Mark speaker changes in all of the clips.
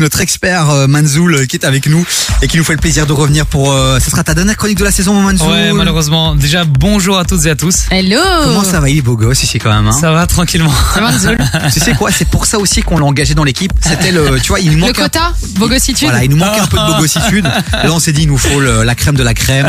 Speaker 1: notre expert euh, Manzoul qui est avec nous et qui nous fait le plaisir de revenir pour. euh, ce sera ta dernière chronique de la saison, mon Manzoul.
Speaker 2: Ouais, malheureusement. Déjà, bonjour à toutes et à tous.
Speaker 3: Hello
Speaker 1: Comment ça va Il est beau gosse ici quand même. Hein.
Speaker 2: Ça va tranquillement.
Speaker 3: Manzoul.
Speaker 1: tu sais quoi C'est pour ça aussi qu'on l'a engagé dans l'équipe. C'était le, tu vois, il nous
Speaker 3: Le
Speaker 1: manque un
Speaker 3: quota Bogossitude
Speaker 1: Voilà, il nous manquait un peu de bogossitude. Là, on s'est dit, il nous faut le- la crème de la crème.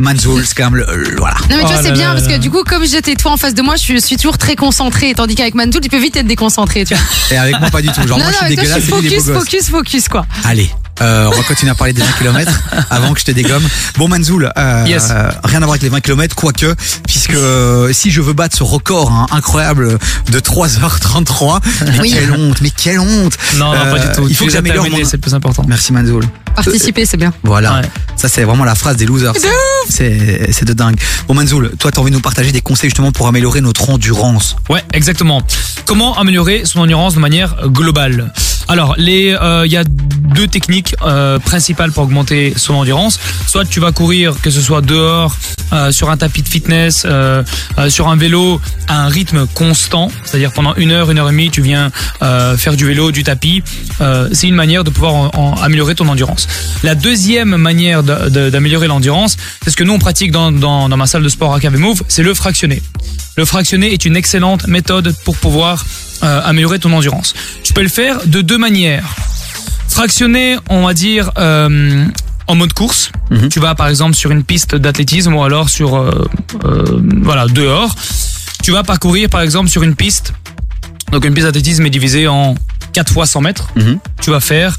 Speaker 1: Manzoul, c'est quand même le- le- voilà.
Speaker 3: Non mais tu
Speaker 2: Oh
Speaker 3: vois c'est
Speaker 2: là
Speaker 3: bien
Speaker 2: là
Speaker 3: parce que
Speaker 2: là.
Speaker 3: du coup comme j'étais toi en face de moi je suis toujours très concentrée tandis qu'avec Manzoul tu peux vite être déconcentré tu vois.
Speaker 1: Et avec moi, pas du tout. Genre,
Speaker 3: non
Speaker 1: moi,
Speaker 3: non
Speaker 1: Bah, je suis
Speaker 3: avec toi je
Speaker 1: dégueulasse,
Speaker 3: suis
Speaker 1: c'est lui, il est
Speaker 3: focus
Speaker 1: beau gosse.
Speaker 3: focus focus quoi.
Speaker 1: Allez, euh, on va continuer à parler des 20 km avant que je te dégomme. Bon, Manzoul, euh,
Speaker 2: Yes.
Speaker 1: euh, rien à voir avec les 20 km, quoique, puisque euh, si je veux battre ce record hein, incroyable de 3h33, mais
Speaker 3: Oui.
Speaker 1: quelle honte, mais quelle honte
Speaker 2: Non, non, pas
Speaker 1: Euh,
Speaker 2: du tout.
Speaker 1: il faut
Speaker 2: Tu
Speaker 1: que
Speaker 2: les as
Speaker 1: j'améliore
Speaker 2: terminés,
Speaker 1: mon-
Speaker 2: c'est le plus important.
Speaker 1: Merci Manzoul.
Speaker 3: Participer c'est bien.
Speaker 1: Voilà,
Speaker 2: Ouais.
Speaker 1: ça c'est vraiment la phrase des losers. ça. C'est c'est de dingue. Bon Manzoul, toi t'as envie de nous partager des conseils justement pour améliorer notre endurance.
Speaker 2: Ouais, exactement. Comment améliorer son endurance de manière globale Alors, les, euh, il y a deux techniques euh, principales pour augmenter son endurance. Soit tu vas courir, que ce soit dehors, euh, sur un tapis de fitness, euh, euh, sur un vélo, à un rythme constant, c'est-à-dire pendant une heure, une heure et demie, tu viens euh, faire du vélo, du tapis. Euh, c'est une manière de pouvoir en- en améliorer ton endurance. La deuxième manière de- de- d'améliorer l'endurance, c'est ce que nous on pratique dans, dans, dans ma salle de sport à Cave Move, c'est le fractionné. Le fractionné est une excellente méthode pour pouvoir euh, améliorer ton endurance. Tu peux le faire de deux manières. Fractionner, on va dire, euh, en mode course.
Speaker 1: Mhm.
Speaker 2: Tu vas par exemple sur une piste d'athlétisme ou alors sur euh, euh, voilà dehors. Tu vas parcourir par exemple sur une piste. Donc une piste d'athlétisme est divisée en 4 fois 100 mètres.
Speaker 1: Mhm.
Speaker 2: Tu vas faire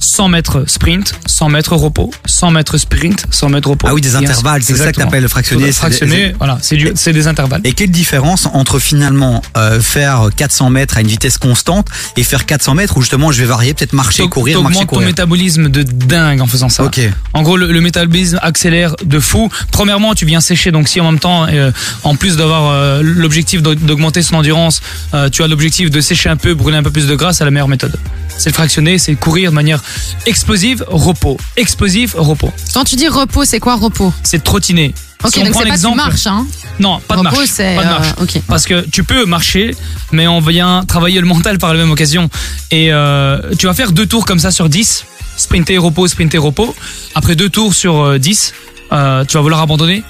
Speaker 2: 100 mètres sprint, 100 mètres repos, 100 mètres sprint, 100 mètres repos.
Speaker 1: Ah oui, des
Speaker 2: Et ainsi-
Speaker 1: intervalles, c'est ça que
Speaker 2: Exactement.
Speaker 1: t'appelles le fractionné. c'est des-
Speaker 2: Fractionner, voilà, c'est du- c'est des intervalles.
Speaker 1: Et quelle différence entre finalement euh, faire 400 mètres à une vitesse constante et faire 400 mètres où justement je vais varier, peut-être marcher,
Speaker 2: T'aug-
Speaker 1: courir,
Speaker 2: t'augmentes
Speaker 1: marcher,
Speaker 2: ton
Speaker 1: courir.
Speaker 2: métabolisme de dingue en faisant ça.
Speaker 1: Ok.
Speaker 2: En gros, le, le métabolisme accélère de fou. Premièrement, tu viens sécher. Donc, si en même temps, euh, en plus d'avoir euh, l'objectif d'aug- d'augmenter son endurance, euh, tu as l'objectif de sécher un peu, brûler un peu plus de gras, c'est la meilleure méthode. C'est le fractionner, c'est courir de manière explosive, repos. Explosif, repos.
Speaker 3: Quand tu dis repos c'est quoi repos
Speaker 2: C'est trottiner.
Speaker 3: Ok
Speaker 2: Si on
Speaker 3: donc
Speaker 2: prend
Speaker 3: c'est pas tu
Speaker 2: l'exemple-
Speaker 3: marches hein.
Speaker 2: Non, pas de
Speaker 3: repos
Speaker 2: marche.
Speaker 3: c'est
Speaker 2: Pas de
Speaker 3: euh,
Speaker 2: marche.
Speaker 3: ok.
Speaker 2: Parce que tu peux marcher, mais on vient travailler le mental par la même occasion. Et euh, tu vas faire deux tours comme ça sur 10, sprinter, repos, sprinter, repos. Après deux tours sur euh, 10, euh, tu vas vouloir abandonner.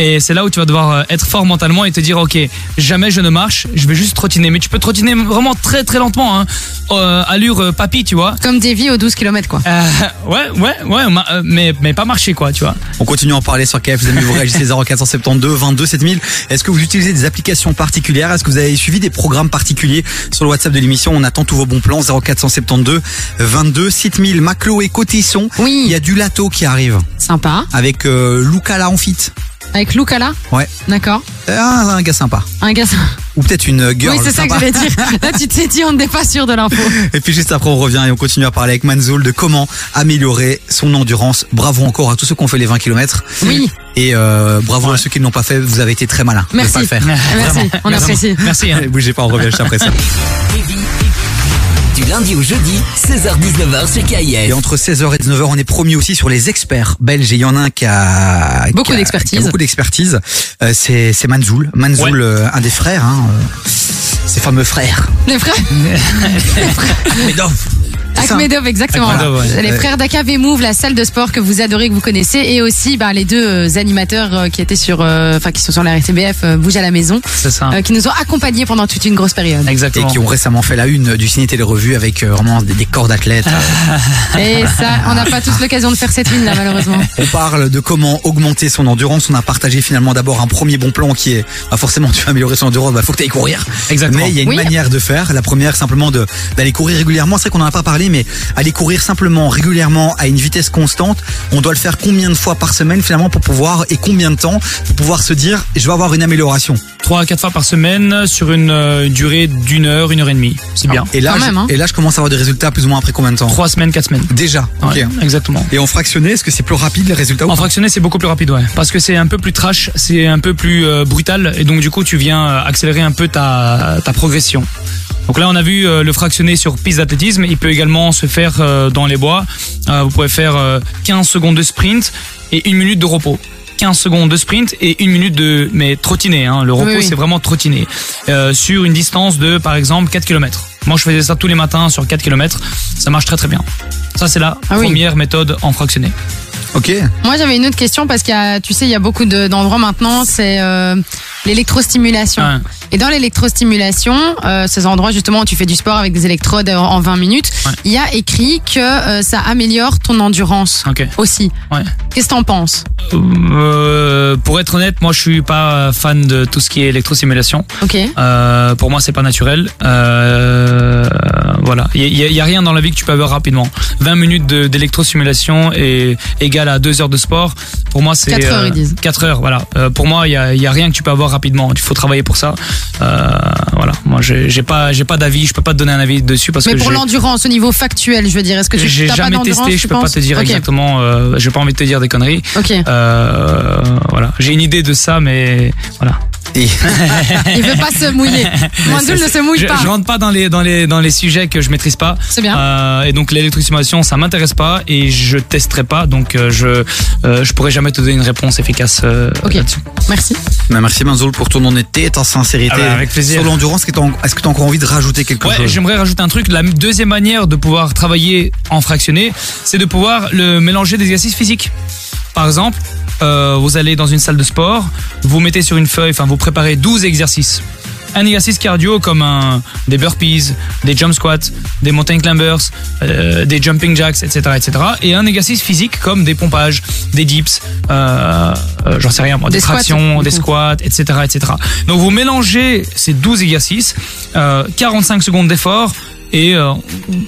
Speaker 2: Et c'est là où tu vas devoir euh, être fort mentalement et te dire ok jamais je ne marche je vais juste trottiner mais tu peux trottiner vraiment très très lentement hein. Euh, allure euh, papy tu vois
Speaker 3: Comme des vies aux 12 km quoi.
Speaker 2: Euh, ouais ouais ouais ma- euh, mais mais pas marcher quoi tu vois
Speaker 1: On continue à en parler sur KF, les amis, vous réagissez 0472 22 7000. Est-ce que vous utilisez des applications particulières Est-ce que vous avez suivi des programmes particuliers sur le WhatsApp de l'émission On attend tous vos bons plans 0472 22 7000. Maclo et Cotisson, il y
Speaker 3: Oui
Speaker 1: a du lato qui arrive
Speaker 3: sympa.
Speaker 1: avec euh, Luca la Fit.
Speaker 3: Avec Luca là
Speaker 1: Ouais.
Speaker 3: D'accord.
Speaker 1: Ah, un gars sympa.
Speaker 3: Un gars.
Speaker 1: Ou peut-être une girl
Speaker 3: oui c'est ça que
Speaker 1: sympa.
Speaker 3: j'allais dire. Là tu t'es dit on n'est pas sûr de l'info.
Speaker 1: Et puis juste après, on revient et on continue à parler avec Manzoul de comment améliorer son endurance. Bravo encore à tous ceux qui ont fait les 20 km.
Speaker 3: Oui
Speaker 1: Et euh, bravo à ceux qui ne l'ont pas fait. Vous avez été très malins de
Speaker 3: Merci.
Speaker 1: pas le faire.
Speaker 3: merci on
Speaker 2: Merci.
Speaker 3: apprécie.
Speaker 2: merci hein.
Speaker 1: Allez, bougez pas, on revient juste après ça.
Speaker 4: Du lundi au jeudi, 16h-19h sur
Speaker 1: Et
Speaker 4: KIF.
Speaker 1: entre 16h et 19h, on est promis aussi sur les experts belges. Et Il y en a un qui a
Speaker 3: Beaucoup
Speaker 1: qui a-
Speaker 3: d'expertise.
Speaker 1: qui a Beaucoup d'expertise. Euh, c'est c'est Manzoul. Manzoul,
Speaker 2: Ouais.
Speaker 1: euh, un des frères, hein, euh, ces fameux frères.
Speaker 3: Les frères
Speaker 1: Mais non, c'est ça.
Speaker 3: Akhmedov, exactement.
Speaker 2: Akhmedov, ouais.
Speaker 3: Les
Speaker 1: Euh,
Speaker 3: frères d'Akave Move, la salle de sport que vous adorez, que vous connaissez, et aussi bah, les deux euh, animateurs euh, qui étaient sur, euh, enfin qui sont sur la RTBF, euh, Bouge à la maison,
Speaker 2: c'est ça
Speaker 3: euh, qui nous ont accompagnés pendant toute une grosse période.
Speaker 1: Et
Speaker 2: exactement
Speaker 1: qui ont récemment fait la une du ciné télé revue avec euh, vraiment des, des corps d'athlètes.
Speaker 3: Et ça, on n'a pas tous l'occasion de faire cette ligne là, malheureusement.
Speaker 1: On parle de comment augmenter son endurance. On a partagé finalement d'abord un premier bon plan qui est bah forcément tu veux améliorer son endurance, bah faut que tu ailles courir.
Speaker 2: Exactement.
Speaker 1: Mais il y a une
Speaker 3: Oui.
Speaker 1: manière de faire. La première simplement de d'aller courir régulièrement. C'est vrai qu'on en a pas parlé, mais aller courir simplement régulièrement à une vitesse constante, on doit le faire combien de fois par semaine finalement pour pouvoir et combien de temps pour pouvoir se dire je vais avoir une amélioration.
Speaker 2: 3 à 4 fois par semaine sur une euh, durée d'une heure, une heure et demie. C'est bien.
Speaker 1: Et là,
Speaker 3: Quand
Speaker 1: je,
Speaker 3: même, hein.
Speaker 1: et là je commence à avoir des résultats plus ou moins après combien de temps
Speaker 2: 3 semaines, 4 semaines.
Speaker 1: Déjà. ok.
Speaker 2: Ouais, Exactement.
Speaker 1: Et en fractionné, est-ce que c'est plus rapide les résultats ou
Speaker 2: En
Speaker 1: pas
Speaker 2: fractionné, c'est beaucoup plus rapide, ouais. Parce que c'est un peu plus trash, c'est un peu plus euh, brutal, et donc du coup, tu viens euh, accélérer un peu ta, ta progression. Donc là, on a vu euh, le fractionné sur piste d'athlétisme. Il peut également se faire euh, dans les bois. Euh, vous pouvez faire euh, 15 secondes de sprint et une minute de repos. 15 secondes de sprint et une minute de mais trottiner. Hein, le repos
Speaker 3: Oui, oui.
Speaker 2: c'est vraiment trottiner Euh, sur une distance de par exemple 4 km. Moi je faisais ça tous les matins sur 4 km, ça marche très très bien. Ça c'est la
Speaker 3: Ah oui.
Speaker 2: première méthode en fractionné.
Speaker 1: Ok.
Speaker 3: Moi, j'avais une autre question parce qu'il y a, tu sais, il y a beaucoup de- d'endroits maintenant, c'est euh, l'électrostimulation.
Speaker 2: Ouais.
Speaker 3: Et dans l'électrostimulation, euh, ces endroits justement où tu fais du sport avec des électrodes euh, en- en 20 minutes,
Speaker 2: Ouais.
Speaker 3: il y a écrit que euh, ça améliore ton endurance
Speaker 2: Ok.
Speaker 3: aussi.
Speaker 2: Ouais.
Speaker 3: Qu'est-ce que t'en penses
Speaker 2: Euh, pour être honnête, moi je suis pas fan de tout ce qui est électrosimulation.
Speaker 3: Ok.
Speaker 2: Euh, pour moi, c'est pas naturel. Euh, voilà. Il y, a- y a rien dans la vie que tu peux avoir rapidement. 20 minutes de- d'électrosimulation et égale à 2 heures de sport. Pour moi, c'est.
Speaker 3: Quatre heures, ils disent.
Speaker 2: 4 heures, voilà. Euh, pour moi, il y a, y a rien que tu peux avoir rapidement. Il faut travailler pour ça. Euh, voilà. Moi, j'ai j'ai pas, j'ai pas d'avis. Je peux pas te donner un avis dessus parce
Speaker 3: Mais
Speaker 2: que
Speaker 3: pour
Speaker 2: j'ai-
Speaker 3: l'endurance, au niveau factuel, je veux dire, est-ce que tu
Speaker 2: j'ai
Speaker 3: t'as pas
Speaker 2: jamais
Speaker 3: d'endurance,
Speaker 2: testé.
Speaker 3: tu
Speaker 2: Je peux pas
Speaker 3: penses
Speaker 2: te dire
Speaker 3: Ok,
Speaker 2: exactement. Euh, j'ai pas envie de te dire des conneries.
Speaker 3: Ok.
Speaker 2: Euh, voilà. J'ai une idée de ça, mais voilà.
Speaker 1: Et
Speaker 3: Il veut pas se mouiller. Mandul ne se mouille
Speaker 2: Je,
Speaker 3: pas.
Speaker 2: je rentre pas dans les, dans les, dans les sujets que je maîtrise pas.
Speaker 3: C'est bien.
Speaker 2: Euh, et donc l'électrosimulation, ça m'intéresse pas et je testerai pas. Donc euh, je, euh, je pourrais jamais te donner une réponse efficace euh,
Speaker 3: Ok.
Speaker 2: là-dessus.
Speaker 3: Merci.
Speaker 1: Bah, merci Manzoul pour ton honnêteté et ta sincérité.
Speaker 2: Ah bah, avec plaisir.
Speaker 1: Sur l'endurance, est-ce que t'as- est-ce que t'as encore envie de rajouter quelque
Speaker 2: Ouais,
Speaker 1: chose
Speaker 2: j'aimerais rajouter un truc. La deuxième manière de pouvoir travailler en fractionné, c'est de pouvoir le mélanger d'exercices physiques. Par exemple, euh, vous allez dans une salle de sport, vous mettez sur une feuille, enfin vous préparez 12 exercices. Un exercice cardio comme un, des burpees, des jump squats, des mountain climbers, euh, des jumping jacks, etc., etc. Et un exercice physique comme des pompages, des dips, euh, euh, j'en sais rien, moi, des,
Speaker 3: Des squats,
Speaker 2: tractions,
Speaker 3: du
Speaker 2: des
Speaker 3: coup.
Speaker 2: squats, etc., etc. Donc vous mélangez ces 12 exercices, euh, 45 secondes d'effort et euh,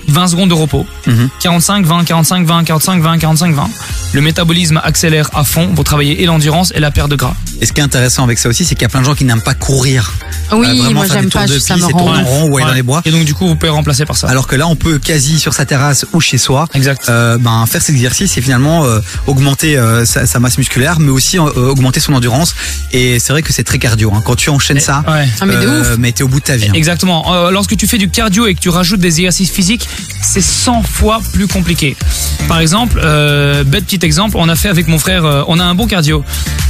Speaker 2: 20 secondes de repos.
Speaker 1: Mhm.
Speaker 2: 45, 20, 45, 20, 45, 20, 45, 20. Le métabolisme accélère à fond. Vous travaillez et l'endurance et la perte de gras.
Speaker 1: Et ce qui est intéressant avec ça aussi, c'est qu'il y a plein de gens qui n'aiment pas courir.
Speaker 2: Ah.
Speaker 3: Oui,
Speaker 1: Euh, vraiment
Speaker 3: moi
Speaker 1: faire des
Speaker 3: j'aime
Speaker 1: tours
Speaker 3: pas,
Speaker 1: de
Speaker 3: ça
Speaker 1: piste
Speaker 3: me
Speaker 1: et
Speaker 3: rend.
Speaker 1: tourner en rond ou aller
Speaker 2: Ouais.
Speaker 1: dans les bois.
Speaker 2: Et donc du coup, vous pouvez remplacer par ça.
Speaker 1: Alors que là, on peut quasi sur sa terrasse ou chez soi,
Speaker 2: exact.
Speaker 1: euh, ben, faire cet exercice et finalement euh, augmenter euh, sa, sa masse musculaire, mais aussi euh, augmenter son endurance. Et c'est vrai que c'est très cardio. hein. Quand tu enchaînes ça,
Speaker 2: Ouais.
Speaker 3: Ah, mais de
Speaker 1: euh,
Speaker 3: ouf.
Speaker 1: mais t'es au bout de ta vie. hein.
Speaker 2: Exactement. Euh, lorsque tu fais du cardio et que tu rajoutes des exercices physiques, c'est 100 fois plus compliqué. Par exemple, euh, bête petit exemple, on a fait avec mon frère, euh, on a un bon cardio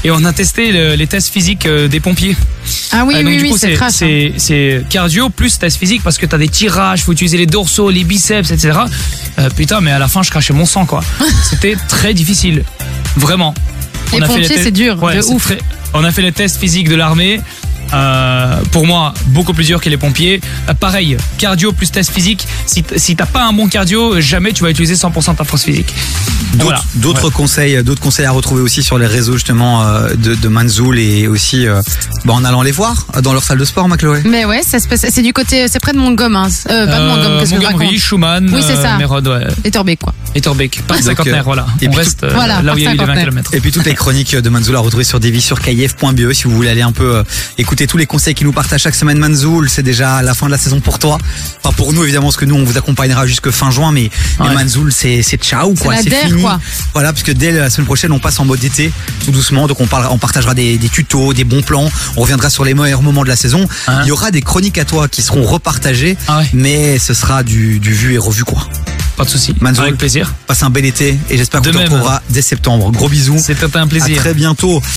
Speaker 2: et on a testé le- les tests physiques euh, des pompiers.
Speaker 3: Ah oui,
Speaker 2: Euh, donc
Speaker 3: oui,
Speaker 2: du
Speaker 3: oui,
Speaker 2: coup,
Speaker 3: c'est
Speaker 2: c'est-
Speaker 3: trash. hein.
Speaker 2: c'est c'est cardio plus test physique parce que t'as des tirages, faut utiliser les dorsaux, les biceps, etc. Euh, putain, mais à la fin, je crachais mon sang, quoi. C'était très difficile, vraiment.
Speaker 3: Les pompiers,
Speaker 2: tests-
Speaker 3: c'est dur,
Speaker 2: Ouais,
Speaker 3: de
Speaker 2: c'est
Speaker 3: ouf.
Speaker 2: très- On a fait les tests physiques de l'armée. Euh, pour moi, beaucoup plus dur que les pompiers. Euh, pareil, cardio plus test physique. Si, t- si t'as pas un bon cardio, jamais tu vas utiliser 100% de ta force physique.
Speaker 1: D'autres
Speaker 2: Voilà.
Speaker 1: d'autres conseils, d'autres conseils à retrouver aussi sur les réseaux justement euh, de, de Manzoul et aussi euh, ben, en allant les voir euh, dans leur salle de sport, ma Chloé.
Speaker 3: Mais ouais, ça se passe. C'est du côté, c'est près de Montgomery. Hein. Euh, pas de Montgomery,
Speaker 2: Euh,
Speaker 3: qu'est-ce que je
Speaker 2: Montgomery,
Speaker 3: raconte
Speaker 2: Schumann,
Speaker 3: Oui, c'est
Speaker 2: euh,
Speaker 3: ça.
Speaker 2: Mérode, ouais.
Speaker 3: Les Torbay, quoi.
Speaker 2: Et Torbeck, pas de
Speaker 1: Donc,
Speaker 2: cinquantenaire,
Speaker 1: euh,
Speaker 2: voilà.
Speaker 1: et
Speaker 2: on
Speaker 1: puis
Speaker 2: reste euh,
Speaker 3: Voilà,
Speaker 2: là où
Speaker 3: par
Speaker 2: il y a eu les 20
Speaker 3: cinquantenaire.
Speaker 2: km.
Speaker 1: Et puis toutes les chroniques de Manzoul à retrouver sur devisurkayef.be E, si vous voulez aller un peu euh, écouter tous les conseils qu'il nous partage chaque semaine Manzoul. C'est déjà la fin de la saison pour toi. Enfin pour nous évidemment parce que nous on vous accompagnera jusque fin juin mais, mais
Speaker 2: Ouais.
Speaker 1: Manzoul c'est c'est ciao quoi,
Speaker 3: la
Speaker 1: c'est
Speaker 3: der,
Speaker 1: fini.
Speaker 3: quoi.
Speaker 1: Voilà parce que dès la semaine prochaine on passe en mode été tout doucement donc on parlera, on partagera des, des tutos, des bons plans, on reviendra sur les meilleurs moments de la saison.
Speaker 2: Hein.
Speaker 1: Il y aura des chroniques à toi qui seront repartagées
Speaker 2: Ah ouais,
Speaker 1: mais ce sera du, du vu et revu quoi.
Speaker 2: pas de souci.
Speaker 1: Mansour.
Speaker 2: Avec plaisir.
Speaker 1: Passe un bel été et j'espère qu'on
Speaker 2: De
Speaker 1: te
Speaker 2: même.
Speaker 1: retrouvera dès septembre. Gros bisous.
Speaker 2: C'était un
Speaker 1: À
Speaker 2: plaisir.
Speaker 1: très bientôt.